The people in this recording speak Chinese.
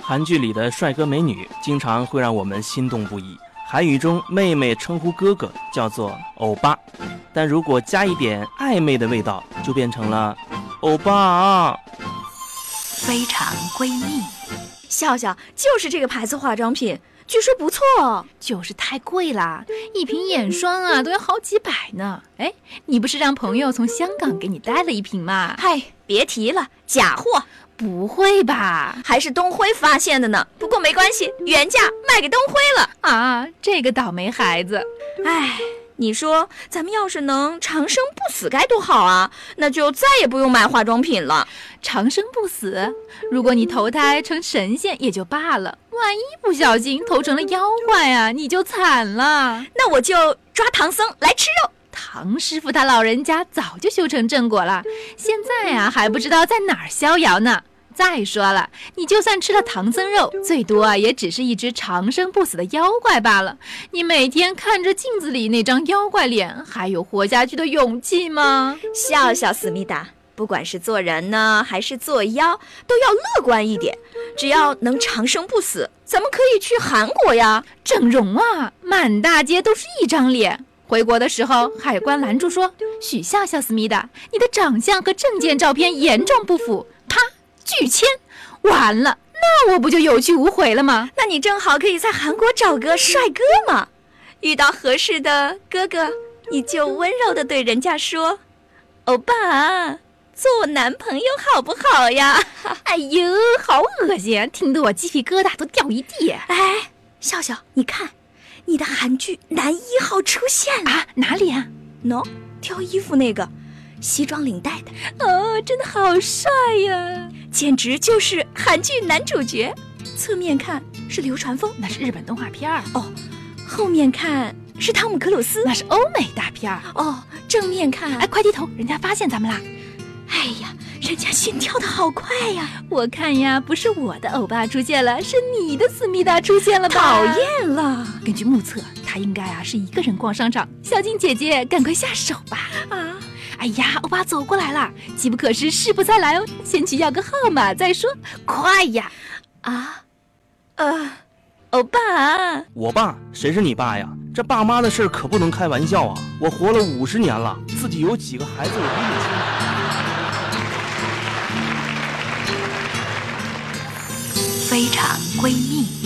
韩剧里的帅哥美女经常会让我们心动不已。韩语中，妹妹称呼哥哥叫做“欧巴”，但如果加一点暧昧的味道，就变成了“欧巴啊非常闺蜜，笑笑就是这个牌子化妆品，据说不错哦。就是太贵啦，一瓶眼霜啊都要好几百呢。哎，你不是让朋友从香港给你带了一瓶吗？嗨，别提了，假货，不会吧？还是东辉发现的呢。不过没关系，原价卖给东辉了。啊，这个倒霉孩子！哎，你说咱们要是能长生不死该多好啊！那就再也不用买化妆品了。长生不死，如果你投胎成神仙也就罢了，万一不小心投成了妖怪啊，你就惨了。那我就抓唐僧来吃肉。唐师傅他老人家早就修成正果了，现在啊还不知道在哪儿逍遥呢。再说了，你就算吃了唐僧肉，最多啊也只是一只长生不死的妖怪罢了。你每天看着镜子里那张妖怪脸，还有活下去的勇气吗？笑笑，思密达，不管是做人呢，还是做妖，都要乐观一点。只要能长生不死，咱们可以去韩国呀。整容啊，满大街都是一张脸。回国的时候，海关拦住说：“许笑笑，思密达，你的长相和证件照片严重不符。”啪，拒签。完了，那我不就有去无回了吗？那你正好可以在韩国找个帅哥嘛，遇到合适的哥哥，你就温柔的对人家说：“欧巴，啊做我男朋友好不好呀哎呦，好恶心，听得我鸡皮疙瘩都掉一地。？”啊哎，笑笑，你看，你的韩剧男一号出现了。啊，哪里啊？喏、挑衣服那个，西装领带的，哦，真的好帅呀！简直就是韩剧男主角。侧面看是流川枫，那是日本动画片儿，后面看是汤姆克鲁斯。那是欧美大片儿。哦，正面看，哎，快低头，人家发现咱们啦！哎呀，人家心跳的好快呀！我看呀，不是我的欧巴出现了，是你的思密达出现了吧？讨！厌了根据目测，他应该啊是一个人逛商场。小静姐姐，赶快下手吧！啊！哎呀，欧巴走过来啦，机不可失，失不再来哦。先去要个号码再说，快呀！啊，呃，欧巴，”，我爸谁是你爸呀？这爸妈的事儿可不能开玩笑啊！我活了五十年了，自己有几个孩子我比你清。非常闺蜜。